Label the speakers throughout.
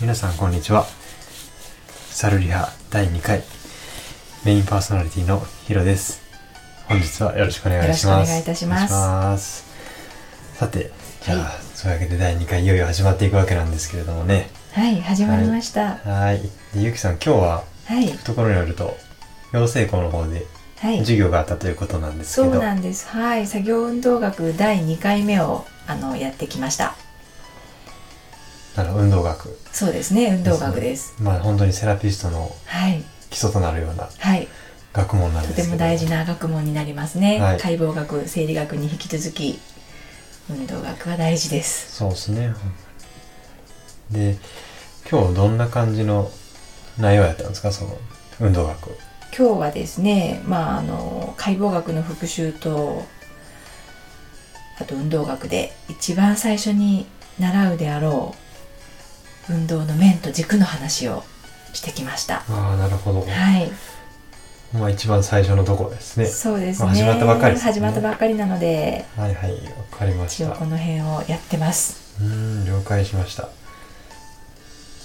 Speaker 1: 皆さんこんにちはサルリハ第2回メインパーソナリティのヒロです本日はよろしくお願いします
Speaker 2: よろしくお願いいたしま
Speaker 1: お
Speaker 2: す
Speaker 1: 願いしますさてじゃあ、
Speaker 2: は
Speaker 1: そういうわけで第2回いよいよ始まっていくわけなんですけれどもね
Speaker 2: はい、始まりました。
Speaker 1: はいでゆきさん今日は
Speaker 2: はい、
Speaker 1: ところによると養成校の方で
Speaker 2: はい、
Speaker 1: 授業があったということなんですけ
Speaker 2: そ
Speaker 1: ど、
Speaker 2: うなんです。はい、作業運動学第2回目をあのやってきました。
Speaker 1: あの運動学
Speaker 2: そうですね、運動学です。
Speaker 1: まあ本当にセラピストの
Speaker 2: はい、
Speaker 1: 基礎となるような
Speaker 2: はい、
Speaker 1: 学問なん
Speaker 2: と
Speaker 1: ですけ
Speaker 2: て
Speaker 1: ど
Speaker 2: も大事な学問になりますね。
Speaker 1: はい
Speaker 2: 解剖学、生理学に引き続き運動学は大事です。
Speaker 1: そうですねで今日どんな感じの内容やったんですかその運動学
Speaker 2: 今日はですね、まああの解剖学の復習とあと運動学で一番最初に習うであろう運動の面と軸の話をしてきました。
Speaker 1: ああなるほど、
Speaker 2: はい、
Speaker 1: まあ一番最初のとこですね
Speaker 2: そうですね。
Speaker 1: まあ始まったばっかりですね
Speaker 2: 始まったばっかりなので、
Speaker 1: はいはいわかりまし
Speaker 2: 一
Speaker 1: た
Speaker 2: 応こ
Speaker 1: う
Speaker 2: の辺をやってます。
Speaker 1: ーん了解しました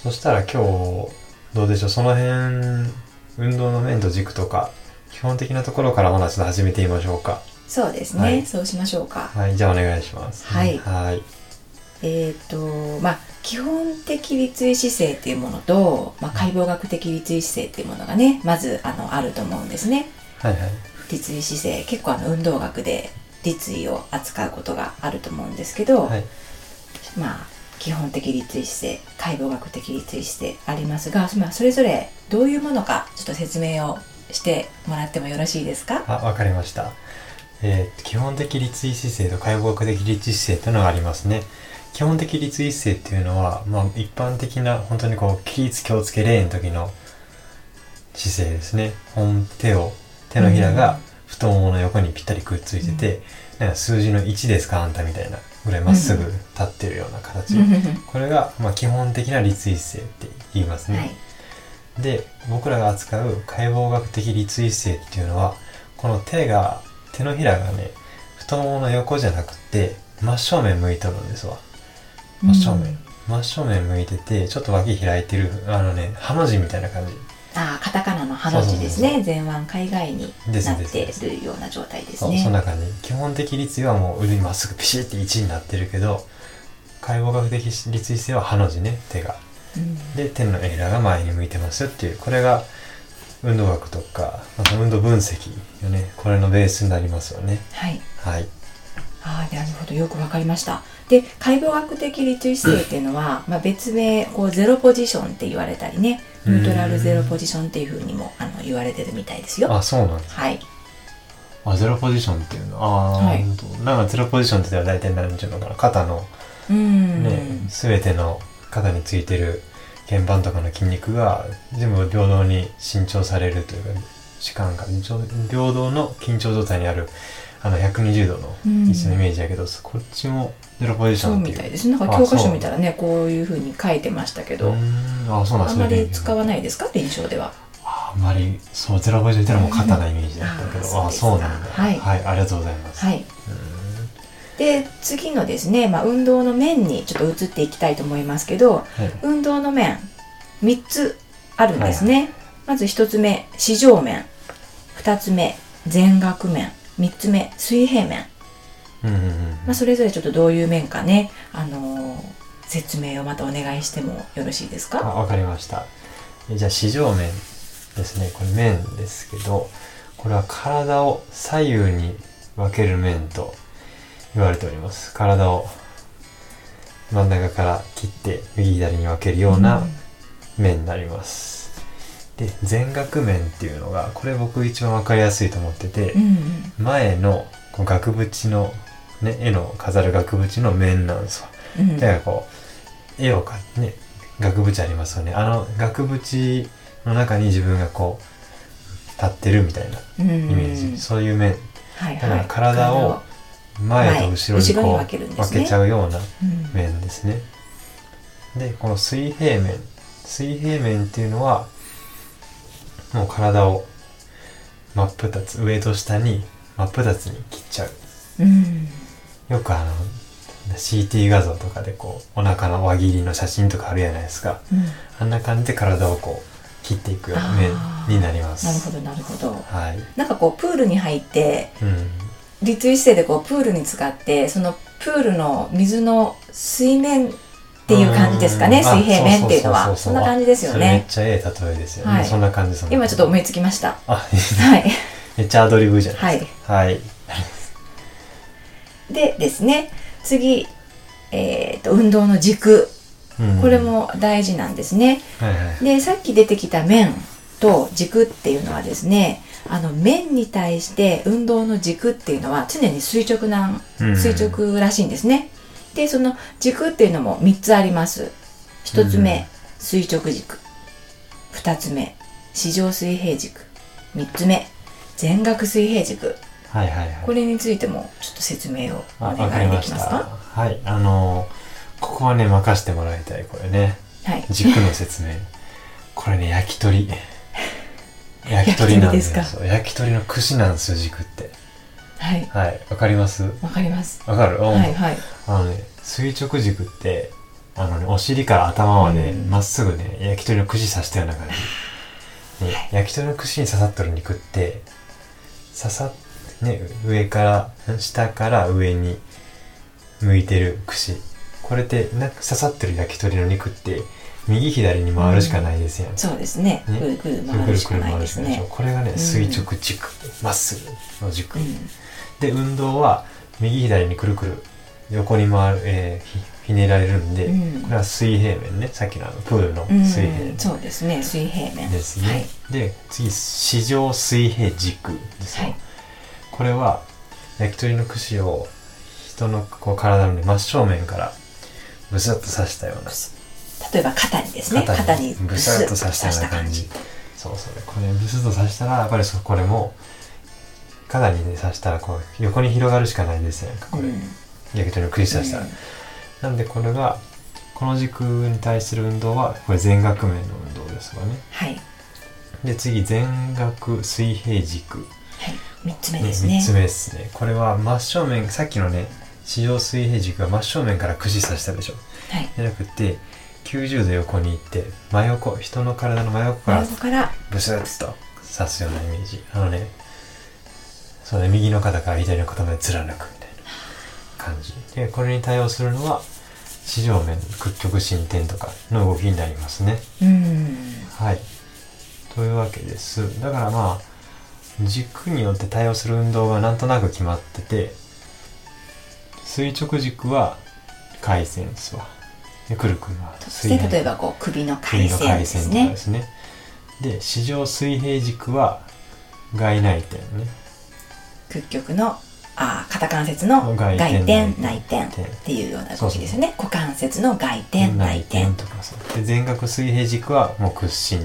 Speaker 1: そしたら今日どうでしょうその辺運動の面と軸とか基本的なところからお話を始めてみましょうか
Speaker 2: そうですね。
Speaker 1: はい
Speaker 2: そうしましょうか。
Speaker 1: はいじゃあお願いします
Speaker 2: はい
Speaker 1: はい
Speaker 2: えっ、と、まあ基本的立位姿勢っていうものと、まあ解剖学的立位姿勢っていうものがね、まずあのあると思うんですね。
Speaker 1: はいはい
Speaker 2: 立位姿勢結構あの運動学で立位を扱うことがあると思うんですけど、
Speaker 1: はい
Speaker 2: まあ基本的立位姿勢解剖学的立位姿勢ありますが、まあ、それぞれどういうものかちょっと説明をしてもらってもよろしいですか
Speaker 1: あ、わかりました。えー基本的立位姿勢と解剖学的立位姿勢というのがありますね。基本的立位姿勢っていうのは、まあ、一般的な本当にこう起立気をつけレーンの時の姿勢ですね。本手を手のひらが太ももの横にぴったりくっついてて、なんか数字の1ですかあんたみたいなぐらいまっすぐ立ってるような形。これが、まあ、基本的な立位姿勢って言いますね。
Speaker 2: はい、
Speaker 1: で僕らが扱う解剖学的立位姿勢っていうのはこの手が手のひらがね太ももの横じゃなくて真正面向いとるんですわ真正面、
Speaker 2: うん
Speaker 1: 真正面向いててちょっと脇開いてるあのねハの字みたいな感じ
Speaker 2: あーカタカナのハの字です
Speaker 1: そう
Speaker 2: ね前腕海外に
Speaker 1: です
Speaker 2: なっ
Speaker 1: ですです
Speaker 2: てるような状態です
Speaker 1: そうそん
Speaker 2: ね
Speaker 1: な感じ基本的立位はもう腕にまっすぐピシッて1になってるけど解剖学的立位姿勢はハの字ね手が
Speaker 2: うん
Speaker 1: で手のエラが前に向いてますよっていうこれが運動学とか、まあ、その運動分析よねこれのベースになりますよね
Speaker 2: はい
Speaker 1: はい
Speaker 2: ああなるほどよくわかりましたで解剖学的立位姿勢っていうのは、まあ、別名こうゼロポジションって言われたりねニュートラルゼロポジションっていうふうにもあの言われてるみたいですよ
Speaker 1: あそうなんです
Speaker 2: はい
Speaker 1: あゼロポジションっていうのああ、
Speaker 2: はい
Speaker 1: ほんとなんかゼロポジションって言ったら大体何ていうのかな肩の
Speaker 2: うーん、
Speaker 1: ね、全ての肩についてる腱板とかの筋肉が全部平等に伸長されるというか弛緩が平平等の緊張状態にあるあの120度の
Speaker 2: うん
Speaker 1: 椅子のイメージやけど、こっちもゼロポジシ
Speaker 2: そ
Speaker 1: ョ
Speaker 2: う
Speaker 1: ンって
Speaker 2: み
Speaker 1: いう
Speaker 2: たいですなんか教科書見たらねこういうふうに書いてましたけ
Speaker 1: う
Speaker 2: ど、
Speaker 1: ーんあそうなん
Speaker 2: あんまり使わ
Speaker 1: い
Speaker 2: ないですか臨床では
Speaker 1: あんまりそうゼロポジションってのはもう肩なイメージだったけど、
Speaker 2: うんあ
Speaker 1: あ
Speaker 2: ー
Speaker 1: そ
Speaker 2: そううですか
Speaker 1: なんだ
Speaker 2: はい
Speaker 1: ありがとうございます、
Speaker 2: はいで次のですね、まあ、運動の面にちょっと移っていきたいと思いますけど
Speaker 1: うーんはい
Speaker 2: 運動の面3つあるんですね、まず1つ目四条面2つ目全額面3つ目水平面、
Speaker 1: うんうんうん
Speaker 2: まあ、それぞれちょっとどういう面かね、あのー説明をまたお願いしてもよろしいです
Speaker 1: あ
Speaker 2: か
Speaker 1: わかりましたえじゃあ四条面ですねこれ面ですけどこれは体を左右に分ける面と言われております体を真ん中から切って右左に分けるような面になります、で全額面っていうのがこれ僕一番わかりやすいと思ってて、
Speaker 2: うんうん
Speaker 1: 前のこう額縁の、ね、絵の飾る額縁の面なんですわ
Speaker 2: うん
Speaker 1: だからこう絵をかね額縁ありますよねあの額縁の中に自分がこう立ってるみたいな
Speaker 2: うんうん
Speaker 1: イメージ、そういう面
Speaker 2: はい
Speaker 1: だか
Speaker 2: は
Speaker 1: ら
Speaker 2: い
Speaker 1: 体を前と後ろに
Speaker 2: 前後ろに
Speaker 1: こ
Speaker 2: 分ける
Speaker 1: うん
Speaker 2: ですね
Speaker 1: 分けちゃうような
Speaker 2: うん
Speaker 1: 面ですねでこの水平面水平面っていうのはもう体を真っ二つ上と下に真っ二つに切っちゃう
Speaker 2: うん
Speaker 1: よくあの CT 画像とかでこうお腹の輪切りの写真とかあるじゃないですか
Speaker 2: うん、
Speaker 1: あんな感じで体をこう切っていくような
Speaker 2: あー
Speaker 1: 面になります
Speaker 2: なるほどなるほど
Speaker 1: はい、
Speaker 2: なんかこうプールに入って
Speaker 1: うん、
Speaker 2: 立位姿勢でこうプールに使ってそのプールの水の水面っていう感じですかね
Speaker 1: んあ
Speaker 2: 水平面っていうのは
Speaker 1: そそ
Speaker 2: そんな感じですよね
Speaker 1: それめっちゃええ例えですよね、
Speaker 2: はい
Speaker 1: そんな感じそんな
Speaker 2: 今
Speaker 1: 感
Speaker 2: ち
Speaker 1: じ
Speaker 2: ょっと思いつきました
Speaker 1: あ いいですね
Speaker 2: はい
Speaker 1: めっちゃアドリブじゃな
Speaker 2: はいい
Speaker 1: ですかはい、
Speaker 2: でですね次、えー、と運動の軸
Speaker 1: うん
Speaker 2: これも大事なんですね、
Speaker 1: はいはい
Speaker 2: でさっき出てきた面と軸っていうのはですねあの面に対して運動の軸っていうのは常に垂直なん
Speaker 1: うん
Speaker 2: 垂直らしいんですね、でその軸っていうのも3つあります1つ
Speaker 1: う
Speaker 2: 目、
Speaker 1: ん
Speaker 2: 垂直軸2つ目市場水平軸3つ目全額水平軸
Speaker 1: はいはいはい
Speaker 2: これについてもちょっと説明を
Speaker 1: あ
Speaker 2: お
Speaker 1: わかり
Speaker 2: 願いで
Speaker 1: ま
Speaker 2: き
Speaker 1: し
Speaker 2: ます
Speaker 1: た
Speaker 2: か
Speaker 1: はいあのここはね任せてもらいたいこれね
Speaker 2: はい
Speaker 1: 軸の説明これね焼き鳥焼き鳥なんです
Speaker 2: 焼き鳥です
Speaker 1: よ焼き鳥の串なんですよ軸って
Speaker 2: はい
Speaker 1: はいわかります
Speaker 2: わかります
Speaker 1: わかる、うん
Speaker 2: はいはい
Speaker 1: あのね垂直軸ってあのねお尻から頭まで
Speaker 2: うん
Speaker 1: まっすぐね焼き鳥の串刺したような感じ、ね
Speaker 2: はい
Speaker 1: 焼き鳥の串に刺さっとる肉って刺さっね上から下から上に向いてる串これってなんか刺さってる焼き鳥の肉って右左に回るしかないですやん、
Speaker 2: そうですね
Speaker 1: ね
Speaker 2: ぐるぐる
Speaker 1: それ
Speaker 2: 回
Speaker 1: く
Speaker 2: る
Speaker 1: る
Speaker 2: し
Speaker 1: く
Speaker 2: か
Speaker 1: る
Speaker 2: ない
Speaker 1: 回
Speaker 2: で
Speaker 1: るし
Speaker 2: す
Speaker 1: かないでし
Speaker 2: ね
Speaker 1: ょこれがね
Speaker 2: ん
Speaker 1: 垂直軸まっすぐの軸、
Speaker 2: うん
Speaker 1: で運動は右左にくるくる横に回る、えーひひねられるんで、
Speaker 2: うん
Speaker 1: これは水平面ねさっきのあのプールの
Speaker 2: うん
Speaker 1: 水平面
Speaker 2: そうですね水平面
Speaker 1: ですね、
Speaker 2: はい
Speaker 1: で次市場水平軸ですよ、
Speaker 2: はい
Speaker 1: これは焼き鳥の串を人のこう体のね真正面からブスッと刺したような
Speaker 2: 例えば肩にですね肩に
Speaker 1: ブスッと刺したような感じそうそうこれブスッと刺したらやっぱりそこれも肩にね刺したらこう横に広がるしかないですよねこれ、
Speaker 2: うん
Speaker 1: 焼き鳥の串刺したら、なんでこれがこの軸に対する運動はこれ全額面の運動ですよね
Speaker 2: はいはい
Speaker 1: で次全額水平軸、
Speaker 2: 三つ目
Speaker 1: ね、
Speaker 2: ですね
Speaker 1: 3つ目ですねこれは真正面さっきのね市場水平軸は真正面から串刺したでしょ
Speaker 2: はい
Speaker 1: じゃなくて90度横に行って真横人の体の真横から
Speaker 2: ここから
Speaker 1: ブスッと刺すようなイメージあのねそうね右の肩から左の肩まで貫くみたいな感じでこれに対応するのは四条面屈曲伸展とかの動きになりますね
Speaker 2: うん
Speaker 1: はいというわけですだからまあ軸によって対応する運動がなんとなく決まってて垂直軸は回旋ですわでくるくる回る
Speaker 2: そして例えばこう首の回
Speaker 1: 首の回線
Speaker 2: 線です
Speaker 1: とか
Speaker 2: ね
Speaker 1: ですねで市場水平軸は外内転ね
Speaker 2: 屈曲のあー肩関節の
Speaker 1: 外
Speaker 2: 外
Speaker 1: 転
Speaker 2: 転
Speaker 1: 内
Speaker 2: 内
Speaker 1: 転
Speaker 2: 転っていうような動きですよね股関節の外転内
Speaker 1: 内
Speaker 2: 転
Speaker 1: 転とかそうで全角水平軸はもう屈伸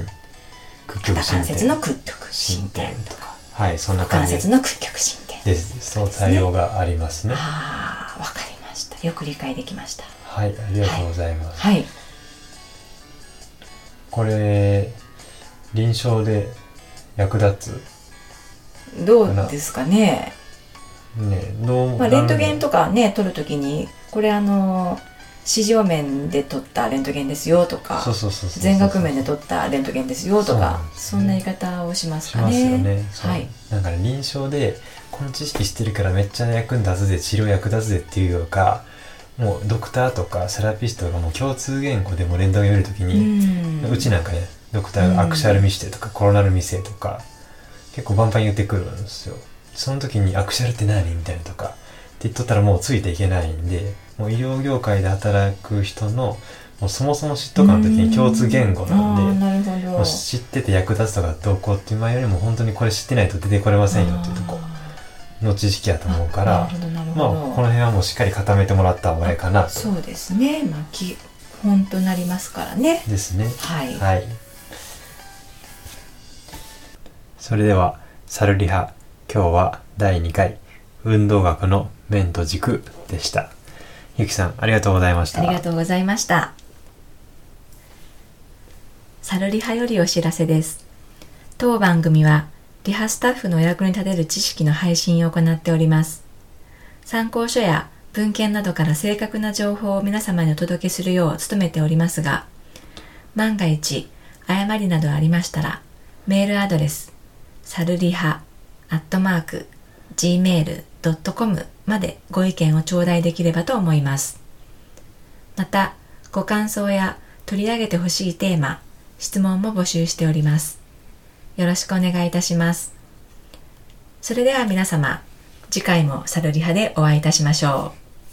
Speaker 1: 屈曲
Speaker 2: 肩
Speaker 1: 伸展
Speaker 2: 関節の屈曲
Speaker 1: 伸
Speaker 2: 伸
Speaker 1: 展
Speaker 2: 展
Speaker 1: とかはいそんな
Speaker 2: 股
Speaker 1: 感
Speaker 2: 関
Speaker 1: じで
Speaker 2: 節
Speaker 1: す
Speaker 2: の屈曲伸展
Speaker 1: ですそう対応がありますね
Speaker 2: ああわかりましたよく理解できました
Speaker 1: はいありがとうございます、
Speaker 2: はい
Speaker 1: これ臨床で役立
Speaker 2: どうですかね、
Speaker 1: つねどう
Speaker 2: まあ、レントゲン
Speaker 1: と
Speaker 2: とかね撮るときにこれあの四条面で撮ったレントゲンですよとか
Speaker 1: そうそうそうそう
Speaker 2: 全額面で撮ったレントゲンですよとか
Speaker 1: そ
Speaker 2: そ,、
Speaker 1: うんな
Speaker 2: な
Speaker 1: んで
Speaker 2: 言い方をします
Speaker 1: し
Speaker 2: か
Speaker 1: ま
Speaker 2: ね
Speaker 1: すよね。そう
Speaker 2: はい
Speaker 1: なんかね臨床でこの知識してるからめっちゃ役に立つで治療役立つでっていうよりかもうドクターとかセラピストがもう共通言語でも連動を見るとき
Speaker 2: う
Speaker 1: に、うんちなんかねドクターがアクシャルミシテとかコロナルミセとか結構バンバン言ってくるんですよ。その時にアクシャルって何みたいなとかって言っとったらもうついていけないんでもう医療業界で働く人のもうそもそも知っとかの時に共通言語なんで。
Speaker 2: あーなるほど
Speaker 1: もう知ってて役立つとかどうこうっていう前よりも本当にこれ知ってないと出てこれませんよっていうとこの知識やと思うか
Speaker 2: あ
Speaker 1: ら
Speaker 2: ーなるほどなるほ
Speaker 1: まあ
Speaker 2: ど、
Speaker 1: この辺はもうしっかり固めてもらった方がいいかなと
Speaker 2: そうですねまあ基本となりますからね
Speaker 1: ですね
Speaker 2: はい、
Speaker 1: はいそれではサルリハ今日は第2回運動学の面と軸でしたゆきさんありがとうございました
Speaker 2: ありがとうございました。サルリハよりお知らせです。当番組は、リハスタッフのお役に立てる知識の配信を行っております。参考書や文献などから正確な情報を皆様にお届けするよう努めておりますが、万が一、誤りなどありましたら、メールアドレス、サルリハ、アットマーク、gmail.com までご意見を頂戴できればと思います。また、ご感想や取り上げてほしいテーマ、質問も募集しております。よろしくお願いいたします。それでは皆様、次回もサルリハでお会いいたしましょう。